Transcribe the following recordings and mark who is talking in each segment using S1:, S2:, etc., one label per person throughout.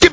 S1: give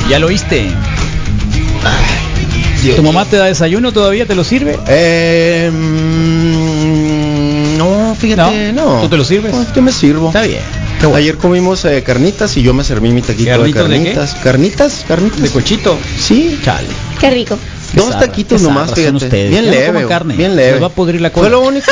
S2: ¿Ya lo oíste? ¿Tu mamá te da desayuno todavía? ¿Te lo sirve?
S3: Eh, mm, no, fíjate,
S2: ¿No?
S3: no.
S2: ¿Tú te lo sirves?
S3: No, yo me sirvo.
S2: Está bien.
S3: Ayer comimos eh, carnitas y yo me serví mi taquito de
S2: ¿Carnitos de qué?
S3: carnitas. ¿Carnitas? ¿Carnitas?
S2: ¿De cochito?
S3: Sí.
S2: Chale.
S4: Qué rico.
S3: Dos
S2: zarra,
S3: taquitos
S2: qué
S3: nomás,
S2: zarra son
S3: fíjate.
S2: ustedes.
S3: Bien
S2: Yo no
S3: leve.
S2: como
S3: güey,
S2: carne,
S3: bien leve.
S2: les va a pudrir la
S3: Fue
S2: cola.
S3: lo único.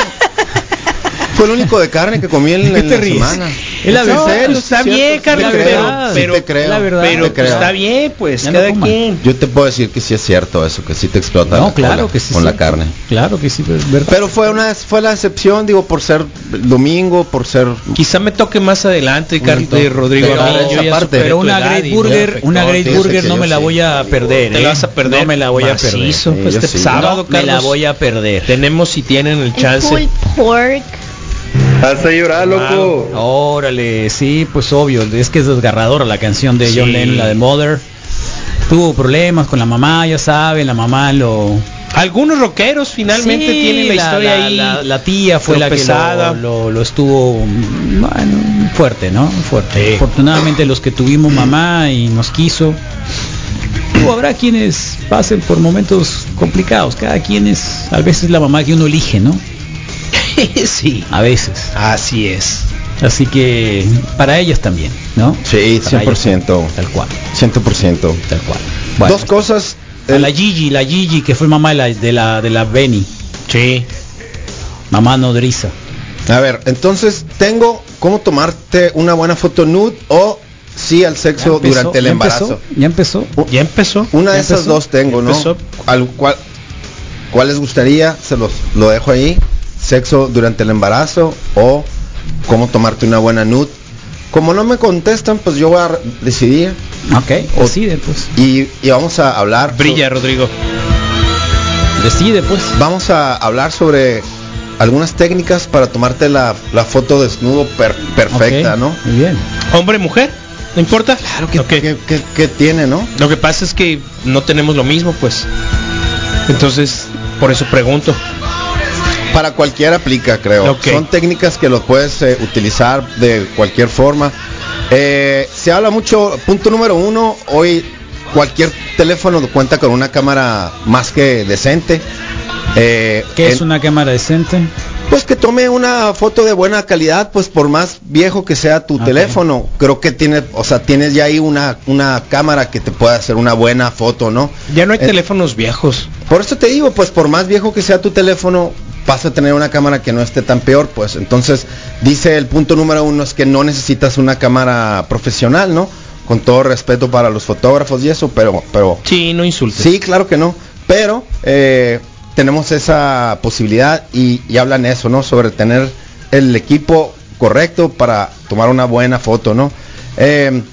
S3: Fue lo único de carne que comí en,
S2: ¿Qué
S3: en
S2: te
S3: la
S2: ríes?
S3: semana.
S2: Es la
S3: No,
S2: verdad,
S3: en serio,
S5: está
S3: sí es
S5: bien,
S3: cierto, sí te
S2: carnero,
S3: creo, sí
S2: pero- pero-
S3: te creo,
S2: es la verdad.
S3: sí
S5: Pero
S3: te creo.
S5: pues, está bien, pues,
S2: Ya no
S5: cada
S2: coman.
S5: quien.
S3: Yo te puedo decir que sí es cierto eso, que sí te explota
S2: No,
S3: la
S2: claro
S3: cola
S2: que sí.
S3: con la
S2: sí.
S3: carne.
S2: Claro que sí, es verdad.
S3: Pero fue una fue la excepción, digo, por ser domingo, por ser
S5: Quizá me toque más adelante, Carlos
S3: Bonito.
S5: de Rodrigo.
S3: Pero
S5: a mí,
S3: esa
S5: ya
S3: parte.
S5: superé
S2: Pero
S5: tu
S2: una
S5: edad
S2: Great
S5: y
S2: Burger,
S5: perfecto.
S2: una Great
S3: fíjate
S2: Burger
S3: que
S2: no
S3: yo
S2: me la
S3: sí.
S2: voy a perder.
S5: Te
S2: ¿eh?
S5: la vas a perder.
S2: No me la voy a perder.
S5: Macizo,
S3: Sí,
S5: pues,
S3: yo
S5: este
S3: sí.
S5: sábado,
S2: No, me la
S5: Carlos,
S2: voy a perder.
S5: Tenemos si tienen el
S4: El
S5: chance.
S4: pulled pork.
S6: Hasta llorar, loco.
S2: Órale, sí, pues obvio, es que es desgarradora la canción de John
S5: Sí.
S2: Lennon, la de Mother. Tuvo problemas con la mamá, ya saben, la mamá lo...
S5: Algunos rockeros finalmente
S2: Sí,
S5: tienen la, historia
S2: la-
S5: ahí.
S2: La, la tía fue la que
S5: tropezada.
S2: lo, lo- lo estuvo mm, bueno, fuerte, ¿no? Fuerte. Afortunadamente los que tuvimos mamá y nos quiso. Digo, habrá quienes pasen por momentos complicados. Cada quien es, a veces la mamá que uno elige, ¿no?
S5: sí,
S2: A veces.
S5: así es.
S2: Así que para ellas también, ¿no?
S3: Sí,
S2: Para ellas
S3: 100%.
S2: Tal cual,
S3: 100%.
S2: tal cual. Bueno,
S3: Dos cosas.
S2: a
S3: el-
S2: la Gigi, la Gigi que fue mamá de la de la, de la Benny,
S5: Sí.
S2: mamá nodriza.
S3: A ver, entonces tengo cómo tomarte una buena foto nude o sí al
S2: Ya
S3: sexo
S2: empezó,
S3: durante el
S2: ya
S3: embarazo.
S2: empezó, ya empezó.
S5: ¿Ya empezó?
S3: Una de
S2: ya
S3: esas
S2: empezó,
S3: dos tengo,
S5: ya
S3: ¿no?
S5: empezó.
S3: Al cual, ¿Cuál les gustaría? Se los lo dejo ahí. Sexo durante el embarazo o cómo tomarte una buena nude. Como no me contestan, pues yo voy a decidir
S2: Ok,
S3: O-
S2: decide pues.
S3: y, y vamos a hablar.
S5: Brilla, Rodrigo.
S2: Decide pues.
S3: Vamos a hablar sobre algunas técnicas para tomarte la, la foto desnudo per- perfecta,
S2: Ok,
S3: ¿no?
S2: Muy bien.
S5: ¿Hombre, mujer? ¿No importa? Claro
S3: ¿Qué, qué- qué- qué tiene, no?
S5: Lo que pasa es que no tenemos lo mismo, pues. Entonces, por eso pregunto.
S3: Para cualquier aplica, creo.
S5: Ok.
S3: Son técnicas que lo puedes eh, utilizar de cualquier forma. Eh, se habla mucho, punto número uno, hoy cualquier teléfono cuenta con una cámara más que decente. Eh,
S2: ¿Qué es
S3: en-
S2: una cámara decente?
S3: Pues que tome una foto de buena calidad, pues por más viejo que sea tu
S2: Ok.
S3: teléfono, creo que tiene, o sea, tienes ya ahí una, una cámara que te pueda hacer una buena foto, ¿no?
S5: Ya no hay
S3: Eh,
S5: teléfonos viejos.
S3: Por eso te digo, pues por más viejo que sea tu teléfono, vas a tener una cámara que no esté tan peor, pues. Entonces, dice el punto número uno es que no necesitas una cámara profesional, ¿no? Con todo respeto para los fotógrafos y eso, pero, pero
S5: Sí, no insultes.
S3: Sí, claro que no. Pero eh, tenemos esa posibilidad y, y hablan eso, ¿no? Sobre tener el equipo correcto para tomar una buena foto, ¿no? Eh,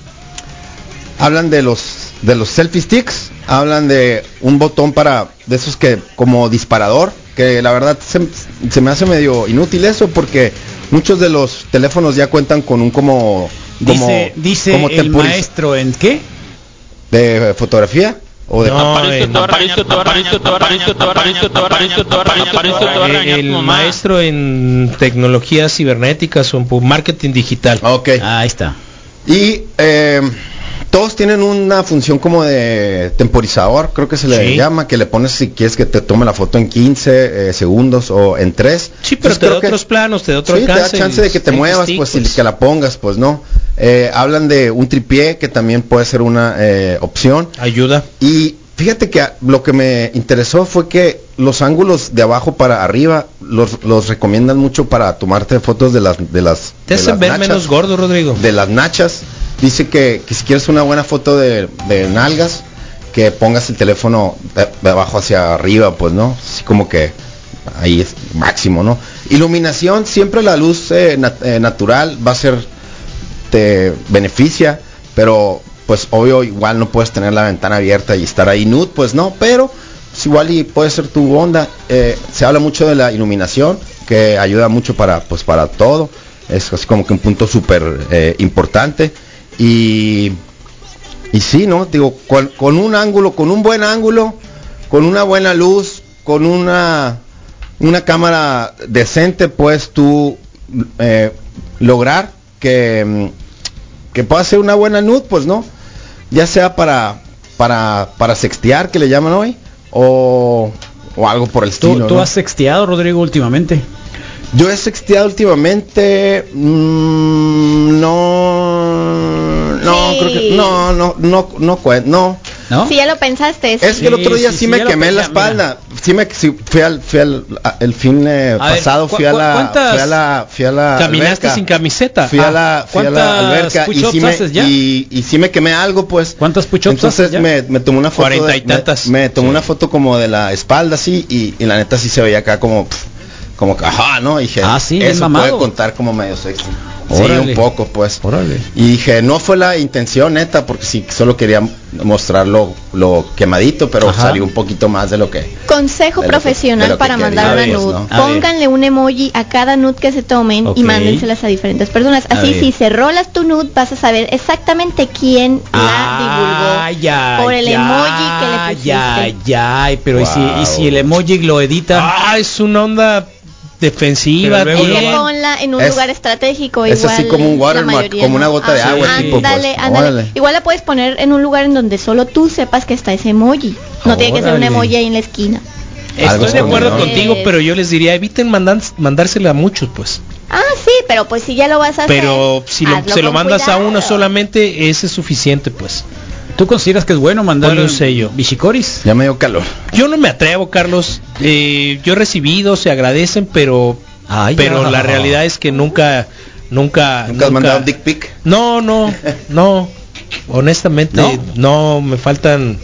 S3: hablan de los de los selfie sticks, hablan de un botón para de esos que como disparador, que la verdad se, se me hace medio inútil eso porque muchos de los teléfonos ya cuentan con un como como
S2: Dice, dice
S3: como
S2: el
S3: temporiz-
S2: maestro en qué?
S3: de fotografía o de
S5: No,
S7: Aparece
S5: en-
S7: tu aparece tu aparece tu aparece tu aparece tu aparece tu
S5: Eh, el maestro en tecnologías cibernéticas o en pu- marketing digital.
S3: Ah, Ok.
S2: ahí está.
S3: Y eh, todos tienen una función como de temporizador, creo que se le
S5: Sí.
S3: llama, que le pones si quieres que te tome la foto en 15 eh, segundos o en 3.
S5: Sí, pero te da otros planos, te da otro
S3: Pues Sí, te da
S5: alcance,
S3: chance de que te
S5: el
S3: muevas,
S5: stick,
S3: pues, y
S5: pues.
S3: que la pongas, pues, ¿no? Eh, hablan de un tripié, que también puede ser una eh, opción.
S5: Ayuda.
S3: Y Fíjate que a- lo que me interesó fue que los ángulos de abajo para arriba los, los recomiendan mucho para tomarte fotos de las de las de
S5: Te hacen
S3: las
S5: ver
S3: nachas,
S5: menos gordo, Rodrigo.
S3: de las nachas. Dice que, que si quieres una buena foto de, de nalgas, que pongas el teléfono de, de abajo hacia arriba, pues no, así como que ahí es máximo, ¿no? Iluminación, siempre la luz eh, nat- eh, natural va a ser te beneficia, pero pues obvio igual no puedes tener la ventana abierta y estar ahí nude, pues no, pero pues, igual y puede ser tu onda. Eh, se habla mucho de la iluminación, que ayuda mucho para pues para todo. Es así como que un punto súper eh, importante. Y, y sí, ¿no? Digo, con, con un ángulo, con un buen ángulo, con una buena luz, con una, una cámara decente, puedes tú eh, lograr que, mm, que pueda ser una buena nud, pues no. Ya sea para, para, para sextear, que le llaman hoy, o, o algo por el
S2: ¿Tú,
S3: estilo.
S2: tú
S3: ¿no?
S2: has sexteado, Rodrigo, últimamente?
S3: Yo he sexteado últimamente. mm, no. No,
S4: Sí.
S3: creo que. No, no, no, no, cue- no.
S2: ¿No?
S4: Si ya lo pensaste,
S3: Es
S4: sí.
S3: que el otro día
S2: sí,
S3: sí,
S2: sí, ya
S3: me
S2: lo
S3: quemé la
S2: pensé, mira.
S3: espalda. Sí me sí, fui al, fui al a- el fin eh,
S2: A ver,
S3: pasado
S2: ¿cu-
S3: fui a
S2: cu-
S3: la
S2: cuántas-
S3: fui a la fui a la
S5: Caminaste
S3: alberca.
S5: sin camiseta.
S3: Fui a
S5: Ah,
S3: la fui a la
S2: ¿cuántas
S3: alberca y
S2: push-ups
S3: sí me
S2: haces ya?
S3: y, y sí me quemé algo pues.
S2: ¿Cuántas push-ups haces
S3: Entonces
S2: ya?
S3: me, me tomé una foto
S5: Cuarenta
S3: de-
S5: y tantas.
S3: Me, me tomé una foto como de la espalda así y, y la neta sí se veía acá como pff, como que, ajá, ¿no? Y dije,
S2: Ah, sí, bien
S3: eso
S2: mamado.
S3: puede contar como medio sexy.
S2: Órale.
S3: Sí, un poco pues.
S2: Órale.
S3: Y dije, no fue la intención neta, porque sí, solo quería mostrarlo lo quemadito, pero
S2: Ajá.
S3: salió un poquito más de lo que...
S4: Consejo
S3: De lo que- de
S4: profesional
S3: lo que
S4: para
S3: querías,
S4: mandar una
S3: pues,
S4: nud.
S3: ¿no?
S2: A ver.
S4: Pónganle un emoji a cada nud que se tomen
S2: Ok.
S4: y mándenselas a diferentes personas.
S3: Ah,
S2: A
S4: Así
S2: ver.
S4: si se rolas tu nud vas a saber exactamente quién
S3: Ah,
S4: la
S2: Ay,
S4: divulgó
S2: ay,
S4: por el
S2: ay,
S4: emoji que le pusiste.
S2: Ay, ay, pero ¿y, si, y
S3: Wow.
S2: si el emoji lo edita?
S5: Ah, es una onda defensiva. Eh,
S2: Pero
S4: Es
S2: luego
S5: tío.
S4: que ponla en un
S3: Es-
S4: lugar estratégico
S3: es
S4: igual
S3: así como un
S4: la
S3: watermark,
S4: mayoría
S3: como una
S4: no.
S3: gota de
S4: Ajá,
S3: agua,
S2: tipo, pues,
S4: ándale, ándale.
S3: órale.
S4: Igual la puedes poner en un lugar en donde solo tú sepas que está ese emoji. No tiene que ser un
S2: Órale.
S4: emoji ahí en la esquina.
S3: Algo
S5: Estoy de
S3: escondido.
S5: acuerdo contigo,
S4: Sí.
S5: pero yo les diría, eviten mandan- mandársela a muchos, pues.
S4: Ah, sí, pero pues si ya lo vas a hacer.
S5: Pero si lo,
S4: hazlo
S5: se lo
S4: con
S5: mandas a
S4: cuidado.
S5: uno solamente, ese es suficiente, pues.
S2: ¿Tú consideras que es bueno mandar
S5: Ponle un sello.
S2: bichicoris?
S3: Ya me dio calor.
S5: Yo no me atrevo, Carlos. Eh, yo he recibido, se agradecen, pero
S2: Ay,
S5: pero
S2: ya.
S5: la realidad es que nunca, nunca,
S3: ¿Nunca has mandado un dick pic?
S5: No, no, no. Honestamente,
S2: ¿No?
S5: ¿No? me faltan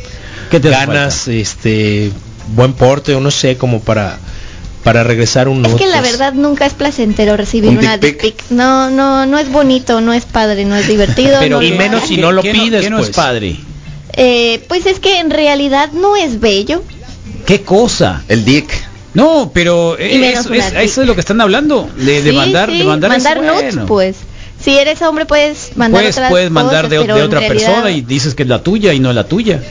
S2: ¿Qué te hace
S5: ganas,
S2: falta?
S5: este, buen porte, o no sé, como para para regresar un
S4: Es que
S5: nude,
S4: la
S5: pues.
S4: verdad nunca es placentero recibir
S3: ¿Un
S4: una
S3: dick
S4: dick pic. No, no, no es bonito, no es padre, no es divertido.
S5: Pero
S4: no
S5: y
S4: lo
S5: menos
S4: hagas.
S5: si no lo
S2: ¿Qué
S5: pides,
S2: ¿Qué no es
S5: pues?
S2: padre?
S4: Eh, pues es que en realidad no es bello.
S2: ¿Qué cosa?
S3: El dick.
S2: No, pero
S4: Y menos
S2: eso, es,
S4: una
S2: eso es lo que están hablando. Eh, De, de
S4: Sí,
S2: mandar,
S4: sí,
S2: de mandar, eso,
S4: nudes,
S2: bueno.
S4: pues. Si eres hombre puedes mandar
S2: Puedes,
S4: otras
S2: puedes mandar
S4: cosas,
S2: de, de
S4: pero en
S2: otra
S4: realidad
S2: persona y dices que es la tuya y no la tuya.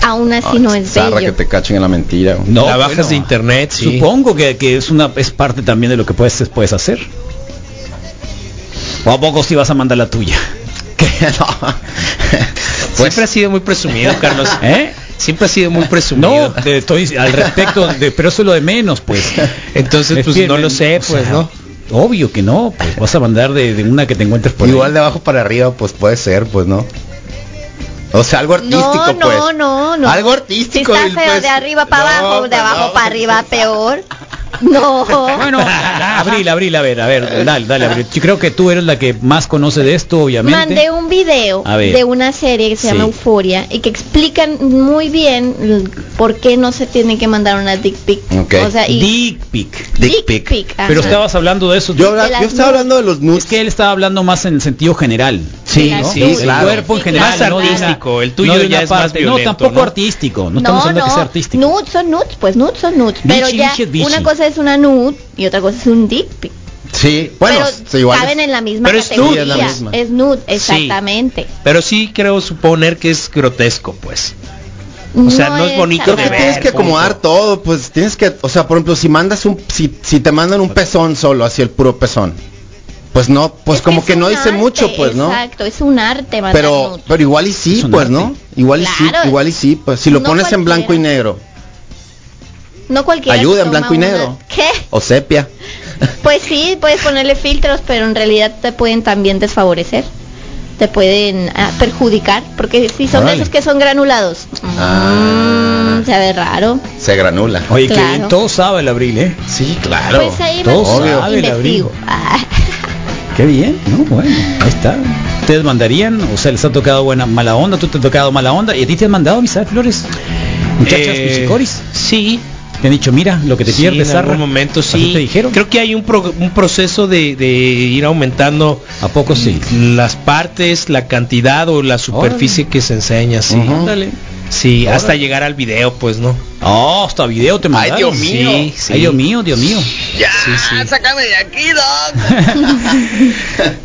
S4: aún así no es
S3: Zarra
S4: bello.
S3: que te cachen en la mentira. güey.
S2: No,
S5: la bajas
S2: bueno,
S5: de internet, sí.
S2: Supongo que, que es una es parte también de lo que puedes, puedes hacer. ¿O a poco si vas a mandar la tuya?
S3: Que no. Pues,
S5: Siempre ha sido muy presumido, Carlos.
S2: ¿Eh?
S5: Siempre ha sido muy presumido.
S2: No, te estoy al respecto, de, pero eso es lo de menos, pues.
S5: Entonces,
S2: Es
S5: pues
S2: que,
S5: no lo
S2: o sea,
S5: sé, pues, ¿no?
S2: Obvio que no, pues vas a mandar de, de una que te encuentres por ahí.
S3: igual de abajo para arriba, pues puede ser, pues no. O sea, algo artístico,
S4: No, no,
S3: pues.
S4: no, no.
S3: Algo artístico.
S4: Si
S3: y,
S4: está feo
S3: pues,
S4: de arriba
S3: no,
S4: para abajo, de
S3: pues,
S4: abajo
S3: no.
S4: para arriba, peor. No.
S2: Bueno, Abril, Abril, a ver, a ver, dale, dale, Abril. Yo creo que tú eres la que más conoce de esto, obviamente.
S4: Mandé un video
S2: A ver.
S4: de una serie que se
S2: Sí.
S4: llama Euforia y que explican muy bien l- por qué no se tiene que mandar una dick pic.
S3: Ok.
S4: O sea, y
S2: Dick pic.
S3: Dick pic.
S4: ajá.
S2: Pero estabas hablando de eso.
S3: Yo,
S4: De
S3: habla-
S4: las
S3: yo estaba
S4: nudes.
S3: hablando de los nudes.
S2: Es que él estaba hablando más en el sentido general.
S4: Sí,
S2: ¿no?
S4: sí,
S2: Del
S3: claro.
S2: cuerpo en
S4: Sí,
S2: general.
S4: claro.
S2: no de una-
S5: Artístico, el tuyo
S2: no de
S5: ya
S2: una
S5: es más violento,
S2: No, tampoco
S5: ¿no?
S2: artístico. No estamos hablando que sea artístico.
S4: Nudes son nudes, pues nudes son nudes.
S2: Bichi,
S4: pero ya
S2: bichi, bichi.
S4: una cosa es una nude y otra cosa es un dick pic.
S3: Sí, bueno,
S4: pero
S3: sí, igual
S4: caben
S3: es-
S4: en la misma
S5: Pero es nude.
S4: categoría.
S3: Sí, es la misma.
S4: Es nude, exactamente.
S5: Pero sí creo suponer que es grotesco, pues. O sea, no es bonito
S3: Creo que
S5: Saber,
S3: tienes que
S5: punto.
S3: acomodar todo, pues tienes que, o sea, por ejemplo, si mandas un, si, si te mandan un pezón solo, así el puro pezón, pues no, pues
S4: Es
S3: como
S4: es
S3: que no
S4: un
S3: dice
S4: arte,
S3: mucho, pues, ¿no?
S4: Exacto, es un arte mandar
S3: Pero,
S4: nudes.
S3: pero igual y sí,
S2: Es un
S3: pues,
S2: arte.
S3: ¿no? Igual y sí,
S4: Claro.
S3: igual y sí, pues, si lo
S4: No
S3: pones en
S4: cualquiera.
S3: blanco y negro,
S4: no cualquiera
S3: ayuda en
S4: toma
S3: blanco y
S4: una-
S3: negro.
S4: ¿Qué?
S3: o sepia,
S4: Pues sí, puedes ponerle filtros, pero en realidad te pueden también desfavorecer. te pueden ah, perjudicar, porque si son de
S3: Órale.
S4: esos que son granulados.
S3: Ah.
S4: Mm, se ve raro.
S3: Se granula.
S2: Oye,
S4: Claro.
S2: que bien, todo sabe el abril, ¿eh?
S3: Sí, claro.
S4: pues ahí me
S2: todo
S4: pongo,
S2: sabe el
S4: investigo. Ah,
S2: Qué bien, ¿no? Bueno, ahí está. ¿Ustedes mandarían? O sea, les ha tocado buena mala onda, tú te has tocado mala onda. ¿Y a ti te han mandado, Misael Flores? Muchachas,
S5: Eh,
S2: psicoris.
S5: Sí,
S2: Te han dicho, mira, lo que te
S5: Sí,
S2: pierdes,
S5: en algún
S2: zarra.
S5: momento
S2: ¿Así
S5: sí
S2: te dijeron?
S5: creo que hay un, pro- un proceso de, de ir aumentando
S2: ¿A poco sí?
S5: las partes la cantidad o la superficie que se enseña sí
S3: Ujú.
S2: Ándale.
S5: sí hasta llegar al video pues no
S2: Oh, hasta video te mandaron.
S3: Dios mío.
S2: Sí, sí. Ay, Dios mío, Dios mío.
S1: Ya, sácame de aquí, Doc.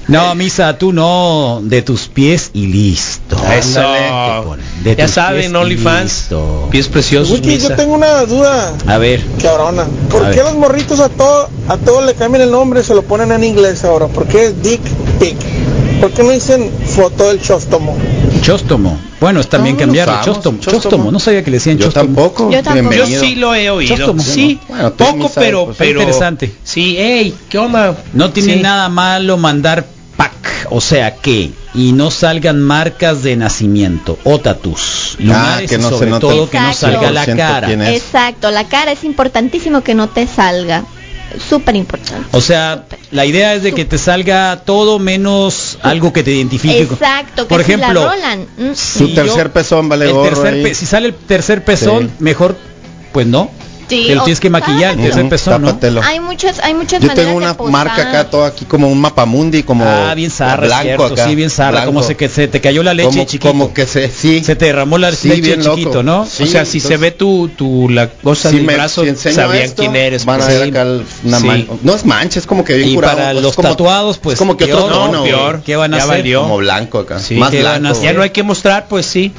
S2: No, Misa, tú no. De tus pies y listo.
S5: Eso.
S2: Te ponen, de
S5: ya
S2: tus pies
S5: saben
S2: y
S5: OnlyFans
S2: listo.
S5: pies preciosos
S8: Wiki,
S5: misa.
S8: Pues yo tengo una duda
S2: A ver.
S8: cabrona.
S2: A
S8: ¿Por
S2: ver.
S8: qué los morritos a todo a todos le cambian el nombre y se lo ponen en inglés ahora? ¿Por qué es Dick Pic? ¿Por qué no dicen foto del chóstomo?
S2: Chóstomo. Bueno, es también
S3: No,
S2: cambiar
S3: no usamos
S2: chóstomo.
S3: chóstomo.
S2: chóstomo. No sabía que le decían
S3: Yo
S2: chóstomo.
S3: tampoco.
S4: Yo tampoco.
S5: yo
S3: Bienvenido.
S5: sí lo he oído
S2: Chóstomo.
S5: sí
S3: Bueno, tú,
S5: poco
S3: misa,
S5: pero
S3: pues,
S5: pero
S2: interesante.
S5: sí hey qué onda
S2: No tiene
S5: Sí.
S2: nada malo mandar pack, o sea que y no salgan marcas de nacimiento o tatus. Lunares
S3: Ah, que
S2: y
S3: no se
S2: sobre
S3: note
S2: todo que no
S4: Exacto.
S2: salga la
S3: 100%
S2: cara.
S3: quién es.
S4: exacto, la cara es importantísimo que no te salga. Súper importante.
S2: O sea, la idea es de que te salga todo menos algo que te identifique. con-
S4: Exacto, que
S2: Por
S4: si
S2: ejemplo,
S4: la rolan. mm,
S2: si
S3: Tu tercer pezón vale
S2: el
S3: gorro
S2: tercer
S3: ahí.
S2: pe- si sale el tercer pezón,
S3: Sí.
S2: mejor pues no.
S4: sí,
S2: te lo
S4: o-
S2: tienes que maquillar, el
S4: tápatelo.
S2: tercer pezón, ¿no?
S3: Tápatelo.
S4: Hay muchas, hay muchas
S3: Yo
S4: maneras
S3: tengo
S4: de
S3: una
S4: posar.
S3: marca acá, todo aquí como un mapamundi, como
S2: ah, bien zarra, es
S3: blanco
S2: cierto,
S3: acá.
S2: sí, bien zarra,
S3: blanco.
S2: como se que se te cayó la leche
S3: como,
S2: chiquito.
S3: como que se, sí,
S2: se te derramó la
S3: Sí,
S2: leche
S3: bien loco.
S2: chiquito, ¿no?
S3: Sí,
S5: o sea si
S3: entonces-
S5: se ve tu tu la cosa
S3: si
S5: del
S3: me-
S5: brazo
S3: si enseño
S5: sabían
S3: esto,
S5: quién eres
S3: Van a
S5: pues,
S3: ver
S5: sí.
S3: acá el- una
S5: Sí.
S3: man- no es mancha, es como que bien
S2: y
S3: curado.
S2: para
S3: es
S2: los
S3: como-
S2: tatuados, pues
S3: es como que otro
S2: peor,
S3: tono,
S2: ¿no?
S3: güey.
S5: peor.
S2: ¿Qué van a
S5: Ya
S2: hacer?
S5: valió.
S3: como blanco acá,
S5: Sí,
S3: más
S2: ¿qué van a
S3: blanco.
S2: hacer?
S5: ya no hay que mostrar pues sí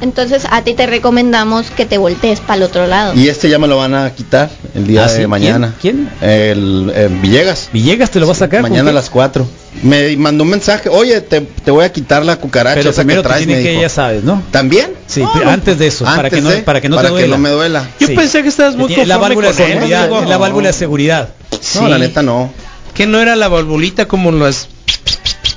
S4: Entonces a ti te recomendamos que te voltees para el otro lado.
S3: Y este ya me lo van a quitar el día
S2: Ah,
S3: de
S2: ¿sí?
S3: mañana.
S2: ¿Quién?
S3: El, eh, Villegas.
S2: Villegas te lo va a sacar. ¿con
S3: Mañana a
S2: qué?
S3: las 4. Me mandó un mensaje, oye, te, te voy a quitar la cucaracha
S2: Pero
S3: esa
S2: primero
S3: que
S2: te
S3: traes,
S2: tienen
S3: me
S2: que
S3: dijo.
S2: ya sabes, ¿no?
S3: ¿También?
S2: Sí,
S3: No,
S2: pe-
S3: no.
S2: antes de eso, para
S3: Antes ¿eh?
S2: que no
S3: de-
S2: para que no te duela.
S3: me duela.
S5: yo
S2: Sí.
S5: pensé que estabas muy
S2: Tiene la
S5: conforme
S2: válvula de
S5: con él,
S2: seguridad,
S5: amigo.
S2: es ¿eh? la válvula de seguridad.
S5: Sí.
S3: No, la neta no.
S5: Que no era la valvulita como las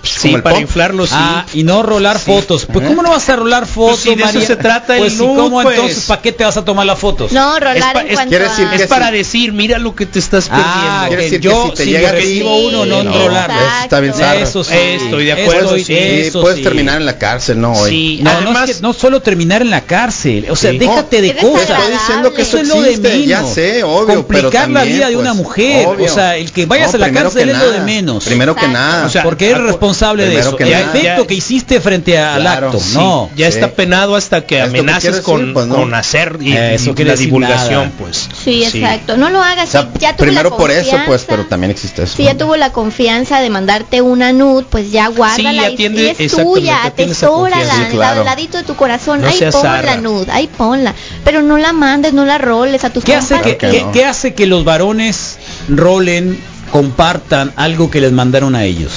S5: sí,
S3: pues, el
S5: para
S3: pop.
S5: inflarlos Oh, sí. ¿Eh?
S2: Ah, y no rolar fotos. Pues cómo no vas a rolar fotos,
S5: si de eso
S2: María?
S5: se trata el
S2: pues, si
S5: nude,
S2: ¿cómo
S5: pues.
S2: entonces para qué te vas a tomar las fotos?
S4: no,
S5: Es
S4: rolar
S5: pa-
S4: en
S5: es-
S4: cuanto
S3: quiere decir
S4: a-
S5: es
S3: que
S5: para decir, mira lo que te estás
S2: Ah,
S5: perdiendo.
S2: que
S3: Quiere decir que
S2: yo
S3: si te
S2: si
S3: llega
S2: yo
S3: a ti-
S2: recibo
S4: Sí,
S2: uno no
S4: no,
S2: enrolar.
S3: eso está bien
S4: Exacto.
S3: zarra.
S2: Eso sí.
S5: Estoy de
S2: eso
S5: acuerdo,
S2: sí,
S5: sí,
S2: eso
S3: puedes
S2: sí.
S3: terminar en la cárcel, no hoy.
S5: Sí,
S2: No, no,
S5: además-
S2: es que no solo terminar en la cárcel, o sea,
S5: Sí.
S2: déjate de
S4: Qué
S2: cosas.
S4: desagradable. Estoy diciendo que
S2: es
S3: eso
S2: lo de
S3: existe,
S2: menos.
S3: ya sé, obvio, pero
S2: Complicar la
S3: también,
S2: vida de una
S3: pues,
S2: mujer,
S3: obvio.
S2: o sea, el que vayas
S3: No,
S2: a la
S3: primero
S2: cárcel
S3: que
S2: es lo de
S3: nada,
S2: menos.
S3: Primero que
S4: Exacto.
S3: nada.
S5: O sea,
S2: porque eres
S5: ah,
S2: responsable de
S3: primero
S2: eso.
S3: que
S2: el
S3: nada.
S2: efecto
S5: Ya-
S2: que hiciste frente a- al
S3: Claro,
S2: acto,
S3: sí.
S2: no.
S5: ya
S3: Sí.
S5: está penado hasta que
S3: Es lo que
S5: amenaces
S3: quiere
S5: con,
S3: decir, pues, ¿no?
S5: con hacer y,
S2: Eh, eso
S5: y
S2: quiere
S5: la
S2: decir
S5: divulgación,
S2: nada.
S5: pues.
S4: Sí, exacto. No lo hagas.
S3: O sea,
S4: si ya tuvo
S3: primero
S4: la
S3: por eso, pues,
S4: confianza,
S3: pero también existe eso.
S4: Si ya tuvo la confianza de mandarte una nud, pues ya guárdala
S5: Sí, atiende-
S4: y es
S5: exactamente,
S4: tuya,
S5: atiende esa
S4: atesórala,
S3: confianza. Sí, claro.
S4: al ladito de tu corazón,
S5: No
S4: ahí
S5: seas
S4: ponla
S5: zarra.
S4: nud, ahí ponla, pero no la mandes, no la roles a tus
S2: ¿Qué hace que,
S3: Claro que
S2: qué-
S3: no.
S2: qué hace que los varones rolen, compartan algo que les mandaron a ellos?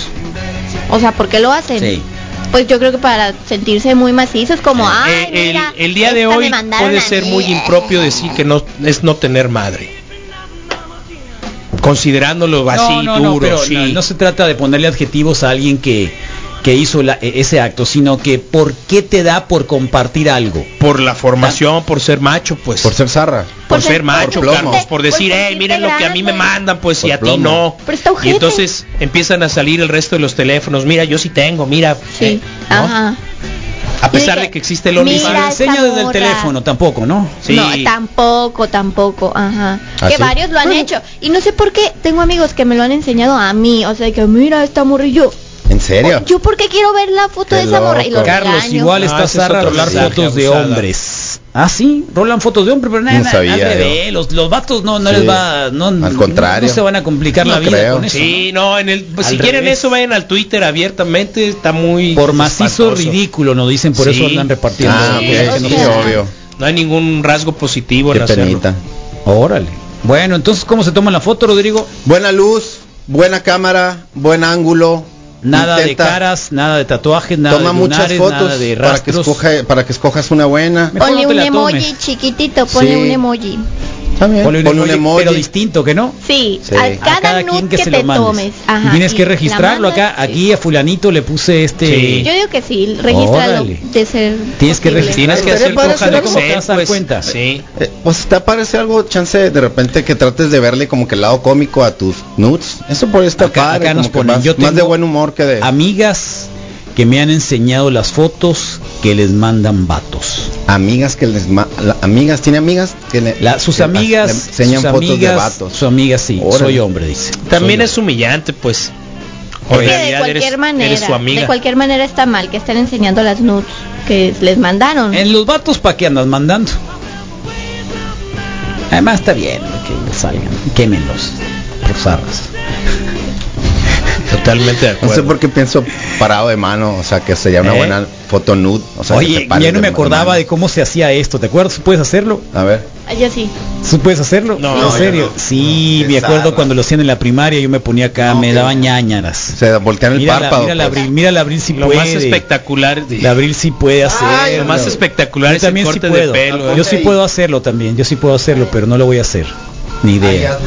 S4: O sea, ¿por qué lo hacen?
S2: Sí.
S4: Pues yo creo que para sentirse muy macizos, como, ay,
S5: Eh,
S4: Ah, mira,
S5: el, el día de
S4: esta me
S5: hoy
S4: mandaron
S5: puede
S4: a
S5: ser
S4: mí".
S5: muy impropio decir que no es no tener madre. Considerándolo Pues así duro,
S2: pero
S5: sí.
S2: no, no se trata de ponerle adjetivos a alguien que, que hizo la- e- ese acto, sino que por qué te da por compartir algo.
S5: por la formación, por ser macho, pues.
S3: Por ser zarra.
S5: por
S4: Por
S5: ser
S4: ser-
S5: macho,
S3: por plomo.
S5: Carlos, por decir,
S4: Por
S5: hey,
S4: sentirte
S5: miren lo que a mí me
S4: grande".
S5: mandan, pues,
S3: Por
S5: y a ti
S3: plomo.
S5: no.
S4: Pero está
S5: Y
S4: ojete.
S5: entonces empiezan a salir el resto de los teléfonos, mira, yo sí tengo, mira.
S4: Sí,
S5: eh, ¿no?
S4: ajá.
S5: A pesar
S4: Yo
S5: de
S4: dije,
S5: que existe el
S4: mira,
S2: Y se
S5: OnlyFans.
S2: lo enseña
S4: esa
S2: desde el
S4: morra.
S2: teléfono tampoco, ¿no?
S5: Sí.
S4: No, tampoco, tampoco, ajá.
S3: ¿Ah,
S4: que
S3: sí?
S4: varios lo han
S3: Bueno.
S4: hecho. Y no sé por qué tengo amigos que me lo han enseñado a mí. O sea, que mira, esta morra y yo.
S3: ¿En serio?
S4: "Oh, Yo porque quiero ver la foto
S3: Ah. Qué
S4: de esa morra. Y
S3: loco.
S4: lo
S2: Carlos,
S4: regaño.
S2: igual
S5: No,
S2: está
S5: ese es
S2: zarra
S5: otro
S2: rolar
S5: mensaje,
S2: fotos de
S5: abusada.
S2: hombres. Ah, sí, rolan fotos de hombres, pero nada,
S3: No
S2: nada,
S3: sabía
S2: al
S3: yo.
S2: revés, los, los vatos no, no
S3: Sí.
S2: les va, no, no-
S3: contrario.
S2: no se van a complicar la
S3: No
S2: vida
S3: creo.
S2: con eso.
S5: Sí, no, en el, pues,
S2: Al
S5: si quieren
S2: revés.
S5: eso, vayan al Twitter abiertamente, está muy...
S2: ¿no? Por macizo
S5: espantoso.
S2: ridículo, nos dicen, por eso
S5: Sí.
S2: andan repartiendo.
S3: Ah, ok,
S2: cosas que no
S3: sí,
S2: son.
S3: obvio.
S5: No hay ningún rasgo positivo
S3: Qué
S5: en hacerlo.
S3: penita.
S2: Órale. Bueno, entonces, ¿cómo se toma la foto, Rodrigo?
S3: Buena luz, buena cámara, buen ángulo.
S2: Nada
S3: Intenta-
S2: de caras, nada de tatuajes, nada
S3: Toma
S2: de
S3: muchas
S2: lunares, nada
S3: fotos
S2: de
S3: para que,
S2: rastros.
S3: escoja, para que escojas una buena.
S2: Mejor no
S4: Ponle
S2: te
S4: un
S2: la
S4: emoji
S2: tomes.
S4: chiquitito, ponle
S3: Sí.
S4: un emoji.
S3: También.
S2: Ponle un
S3: Ponle un
S2: emoji,
S3: emoji.
S2: pero distinto que no.
S4: Sí,
S3: Sí.
S4: a
S2: a
S4: cada,
S2: cada
S4: nude
S2: quien
S4: que,
S2: que, se
S4: te
S2: lo mandes.
S4: tomes. Ajá,
S2: y tienes
S4: sí,
S2: que
S4: la
S2: registrarlo
S4: mandas,
S2: acá.
S4: sí.
S2: Aquí a fulanito le puse este.
S5: Sí.
S4: Yo digo que sí, regístralo
S2: Órale.
S4: de ser
S2: Tienes que
S4: posible.
S2: registrar.
S5: Tienes que
S3: Pero
S5: hacer
S3: para
S5: hoja
S3: hacer
S5: de
S3: algo,
S5: Excel,
S2: te vas a dar
S5: pues.
S2: cuenta.
S5: Sí.
S3: Eh, pues te parece algo chance de repente que trates de verle como que el lado cómico a tus nudes. Eso por estar
S2: Acá-
S3: padre,
S2: acá
S3: como
S2: nos
S3: que
S2: ponen,
S3: más,
S2: yo
S3: más de
S2: tengo
S3: buen humor que de
S2: Amigas que me han enseñado las fotos que les mandan vatos.
S3: amigas que les ma- la- amigas tiene amigas que le-
S2: La- sus
S3: que
S2: amigas,
S3: le enseñan
S2: sus
S3: fotos de
S2: amigas-
S3: vatos.
S2: Sus amigas sí,
S3: Órale.
S2: soy hombre, dice.
S5: También
S2: Soy
S5: es humillante, pues.
S4: Es
S5: O en
S4: que de
S5: realidad
S4: cualquier
S5: eres-
S4: manera,
S5: eres su amiga.
S4: de cualquier manera está mal que estén enseñando las nudes que les mandaron.
S2: hombre. En los vatos, ¿para qué andas mandando? Además está bien que les salgan, quémenlos por zarras.
S5: Totalmente de
S3: No sé
S5: acuerdo.
S3: por qué pienso parado de mano, o sea, que sería una
S5: ¿Eh?
S3: buena foto nude, o sea, que te
S2: Oye,
S3: pares
S2: ya no
S3: de
S2: me
S3: ma-
S2: acordaba
S3: mano.
S2: de cómo se hacía esto, ¿te acuerdas? ¿Puedes hacerlo?
S3: A ver.
S4: Ah, Yo sí.
S2: ¿Tú puedes hacerlo?
S5: No,
S2: ¿En
S5: yo
S2: serio?
S3: no.
S2: Sí,
S3: No,
S2: me
S3: qué
S2: acuerdo
S3: zarra.
S2: cuando lo hacían en la primaria, yo me ponía acá,
S3: No,
S2: me
S3: qué-
S2: daban ñañaras.
S3: Se voltean el
S2: Mira la,
S3: párpado.
S2: mira la
S3: pues.
S2: abril, mira la abril si
S5: Lo
S2: puede.
S5: más espectacular.
S2: La abril sí puede hacer.
S5: Ay, lo más espectacular
S2: Yo
S5: es el
S2: también sí
S5: corte de
S2: puedo.
S5: pelo.
S2: yo
S5: ¿eh?
S2: sí puedo hacerlo también. Yo sí puedo hacerlo, pero no lo voy a hacer. Ni idea.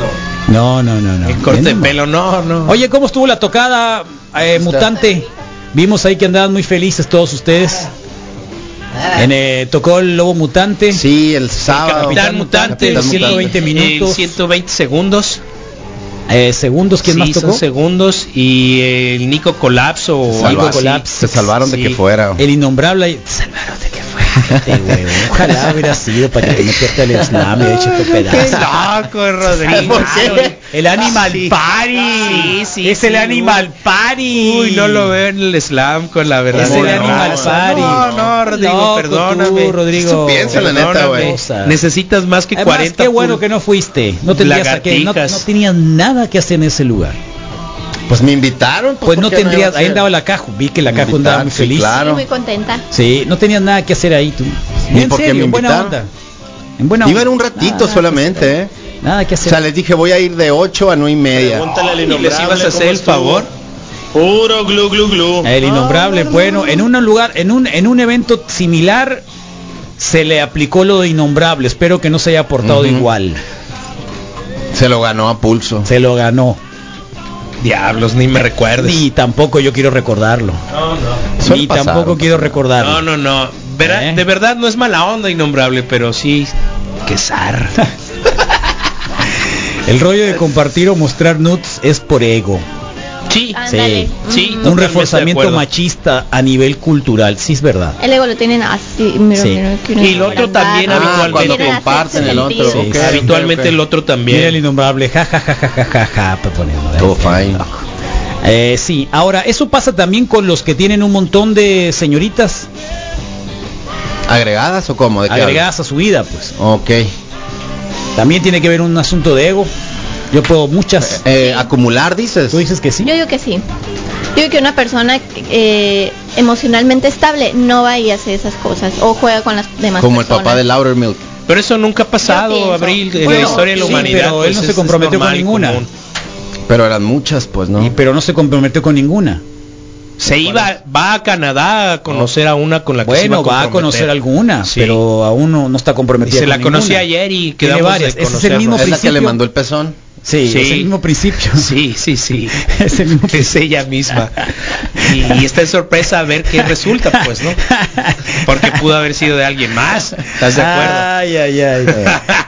S2: No, no, no, no.
S5: El corte de
S2: Ven nomás.
S5: pelo, no, no.
S2: Oye, ¿cómo estuvo la tocada eh, mutante? Vimos ahí que andaban muy felices todos ustedes. En, eh, tocó el lobo mutante.
S3: Sí, el sábado.
S5: Ah, Capitán Mutante,
S2: Capitán
S5: sí,
S2: Mutante. 120 minutos.
S5: eh, 120 segundos.
S2: Eh, segundos, ¿quién
S5: Sí,
S2: más
S5: son
S2: tocó?
S5: Segundos y eh, el Nico Colapso o
S3: Salva-
S5: algo así.
S3: Se salvaron de
S5: Sí.
S3: que fuera.
S2: El innombrable. ahí- Salvaron de que fue. Fíjate, güey, Ojalá hubiera sido para que te meterte al Islam y de hecho tu
S5: Qué
S2: pedazo.
S5: loco, Rodrigo.
S3: ¿Por qué?
S2: El Animal
S5: Sí.
S2: Party.
S5: Sí, sí,
S2: es
S5: sí,
S2: el
S5: uy.
S2: Animal Party.
S5: Uy, no lo veo en el slam con la verdad.
S2: Es el
S3: Ramón,
S2: Animal
S3: Ramón.
S2: Party.
S5: No, no, Rodrigo,
S2: Loco tú,
S5: perdóname.
S2: Rodrigo.
S3: Eso piensa la neta,
S5: Perdóname.
S3: güey.
S2: cosa.
S5: Necesitas más que
S2: Además,
S5: 40.
S2: qué bueno que no fuiste. No tendrías, a qué- no,
S5: Lagartijas.
S2: no tenías nada que hacer en ese lugar.
S3: Pues me invitaron. ¿por
S2: Pues no
S3: qué iba a
S2: tendrías. Ahí
S3: hacer?
S2: andaba la caja. Vi que la
S3: Me
S2: caja andaba
S3: invitaron,
S2: muy
S3: sí,
S2: feliz.
S3: Claro.
S4: Sí, muy contenta.
S2: Sí, no tenías nada que hacer ahí tú.
S3: Ni
S2: En
S3: porque
S2: serio,
S3: me
S2: en buena
S3: invitaron.
S2: onda. En buena
S3: Iba
S2: onda.
S3: en un ratito
S2: Nada, pues,
S3: solamente, ¿eh?
S2: Nada que
S3: O
S2: hacer.
S3: sea, les dije, voy a ir de 8 a 9 y media.
S5: ¿Y les ibas a hacer el favor?
S7: Puro glu glu glu.
S2: El innombrable, bueno, en un lugar, en un, en un evento similar se le aplicó lo de innombrable. Espero que no se haya portado
S3: Ujú.
S2: igual.
S3: Se lo ganó a pulso.
S2: Se lo ganó.
S5: Diablos, ni me recuerdes.
S2: Ni tampoco yo quiero recordarlo.
S5: No, no.
S3: Suele
S2: Ni
S3: pasar,
S2: tampoco
S3: no
S2: quiero
S3: pasa nada.
S2: recordarlo.
S5: No, no, no. Verá-
S2: ¿Eh?
S5: De verdad no es mala onda innombrable, pero sí. Qué zar.
S2: El rollo de compartir o mostrar nudes es por ego.
S5: Sí,
S4: Ándale.
S5: sí.
S4: Mm.
S5: Totalmente
S2: un
S5: de
S2: reforzamiento
S5: acuerdo.
S2: machista a nivel cultural, sí es verdad.
S4: mm. El ego lo tienen así. Mira,
S2: Sí.
S4: mira, quieren
S5: Y el otro
S4: agrandar,
S5: también
S4: ah,
S5: habitualmente.
S4: quieren hacerse
S3: comparten el otro,
S4: sentir.
S2: ok. Sí,
S5: Habitualmente el otro
S2: Mira el
S5: también.
S2: innombrable, ja ja ja ja ja ja ja, pa poner, ¿no?
S3: Todo fine.
S2: Eh, sí, ahora eso pasa también con los que tienen un montón de señoritas
S3: ¿Agregadas o cómo? ¿De qué
S2: agregadas a su vida, pues.
S3: hablas? Ok. Eh,
S2: También tiene que ver un asunto de ego. Yo puedo muchas.
S3: eh, ¿Acumular dices?
S2: Tú dices que sí.
S4: Yo digo que sí. Yo digo que una persona eh, emocionalmente estable no va y hace esas cosas o juega con las demás
S3: Como el
S4: personas.
S3: papá de Loudermilk.
S5: Pero eso nunca ha
S4: Yo
S5: pasado,
S4: pienso.
S5: Abril, en
S2: Bueno,
S5: la historia de la
S2: sí,
S5: humanidad.
S2: pero él no
S5: pues,
S2: se
S5: es-
S2: comprometió
S5: es
S2: con
S5: normal y
S2: ninguna.
S5: común.
S3: Pero eran muchas, pues, ¿no?
S2: Y- pero no se comprometió con ninguna.
S5: Se iba, va a Canadá a conocer a una con la que se iba
S2: Bueno, va a conocer
S5: comprometer.
S2: alguna,
S5: Sí.
S2: pero aún no, no está
S5: Y
S2: comprometida.
S5: se la
S2: con
S5: conocí
S2: ninguna.
S5: ayer y
S2: Tiene
S5: quedamos
S2: varias.
S5: de
S2: Ese es el
S5: conocernos.
S2: mismo
S3: es la que
S2: principio-
S3: le mandó el pezón.
S2: Sí,
S5: Sí.
S2: es el mismo principio.
S5: Sí, sí, sí.
S2: es el mismo
S5: Es ella misma. Y, y está en sorpresa a ver qué resulta, pues, ¿no? Porque pudo haber sido de alguien más. ¿Estás de acuerdo?
S2: Ay, ay, ay.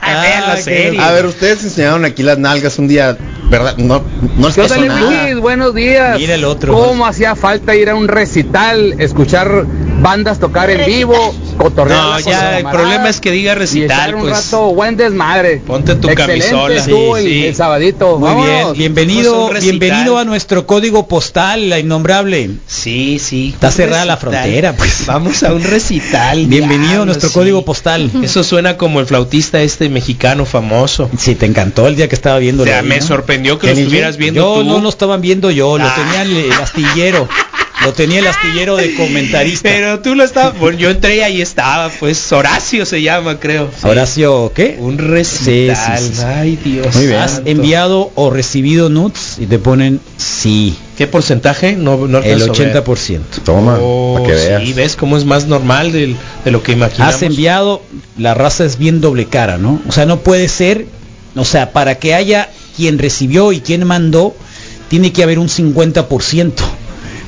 S2: Ah,
S5: Vean la
S2: qué
S5: serie.
S2: loco.
S3: A ver, ustedes enseñaron aquí las nalgas un día, ¿verdad? No, no les
S9: ¿Qué
S3: pasó
S9: tal,
S3: nada.
S9: Enriquis? Buenos días.
S2: Ah, Mira el otro.
S9: ¿Cómo hacía falta ir a un recital, escuchar bandas tocar en
S4: Recital.
S9: vivo, cotorrear?
S5: No,
S9: con los
S5: ya el
S9: camaradas
S5: problema es que diga
S9: y echar
S5: recital,
S9: un
S5: pues.
S9: rato buen desmadre.
S5: Ponte tu
S9: Excelente
S5: camisola.
S9: estuvo
S5: Sí,
S9: el,
S5: sí.
S9: el sabadito.
S2: Muy bien,
S9: Vámonos.
S5: Vamos a
S2: bienvenido,
S5: un recital.
S2: bienvenido a nuestro código postal, la innombrable.
S5: Sí, sí.
S2: Está
S5: Un
S2: cerrada la
S5: recital.
S2: frontera, pues.
S5: Vamos a un recital.
S2: Bienvenido a
S5: diablo,
S2: nuestro
S5: sí.
S2: código postal.
S5: Eso suena como el flautista este mexicano famoso.
S2: Sí, te encantó el día que estaba viendo.
S5: O sea, me sorprendió que lo estuvieras viendo
S2: Yo
S5: tú.
S2: no lo estaban viendo yo, lo
S5: Ah.
S2: tenía el, el astillero. Lo tenía el astillero de comentarista.
S5: Pero tú lo estabas. Bueno, yo entré y ahí estaba, pues Horacio se llama, creo.
S2: Horacio, ¿qué?
S5: Un recital.
S2: Sí, sí, sí.
S5: Ay, Dios.
S2: ¿Has
S5: santo.
S2: enviado o recibido nudes? Y te ponen sí.
S5: ¿Qué porcentaje? No, no
S2: El
S5: alcanzo a ver.
S2: 80%.
S3: Toma,
S5: Oh,
S3: para que veas.
S5: sí, ves cómo es más normal del- de, lo que imaginamos.
S2: Has enviado, la raza es bien doble cara, ¿no? O sea, no puede ser, o sea, para que haya quien recibió y quien mandó, tiene que haber un 50%.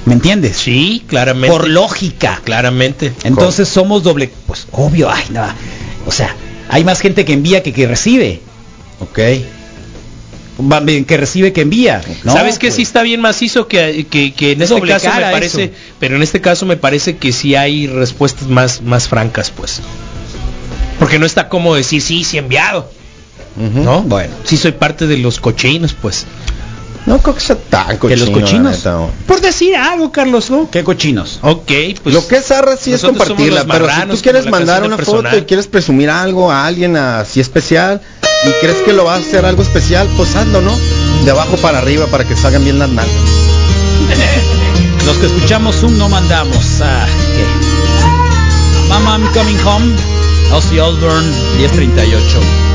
S2: ¿Me entiendes?
S5: Sí, claramente.
S2: Por lógica.
S5: Claramente.
S2: Entonces somos doble, pues obvio, ay, nada. O sea, hay más gente que envía que que recibe.
S3: Ok.
S2: Va- bien, Que recibe que envía. ¿no?
S5: ¿Sabes que
S2: Pues,
S5: sí está bien macizo que, que, que en
S2: Es
S5: este
S2: doble
S5: caso me
S2: cara
S5: parece,
S2: eso.
S5: pero en este caso me parece que sí hay respuestas más, más francas, pues. Porque no está como decir sí, sí enviado,
S3: Ujú.
S5: ¿no? Bueno, sí soy parte de los cochinos, pues.
S3: No creo que sea tan
S2: ¿Que
S3: cochino,
S2: los
S3: la
S2: cochinos?
S3: neta, no.
S5: Por decir algo, Carlos, ¿no?
S2: Qué cochinos.
S5: Ok, pues.
S3: lo que es arra sí es
S5: nosotros somos
S3: compartirla,
S5: los
S3: pero si
S5: marranos,
S3: tú quieres
S5: como la
S3: mandar
S5: canción
S3: una
S5: del
S3: foto y
S5: personal.
S3: quieres presumir algo a alguien así especial y crees que lo vas a hacer algo especial, pues hazlo, ¿no? De abajo para arriba para que salgan bien las manos.
S2: Los que escuchamos Zoom no mandamos. Ah, ¿qué? Mama, I'm coming home. Ozzy Osbourne, 1038.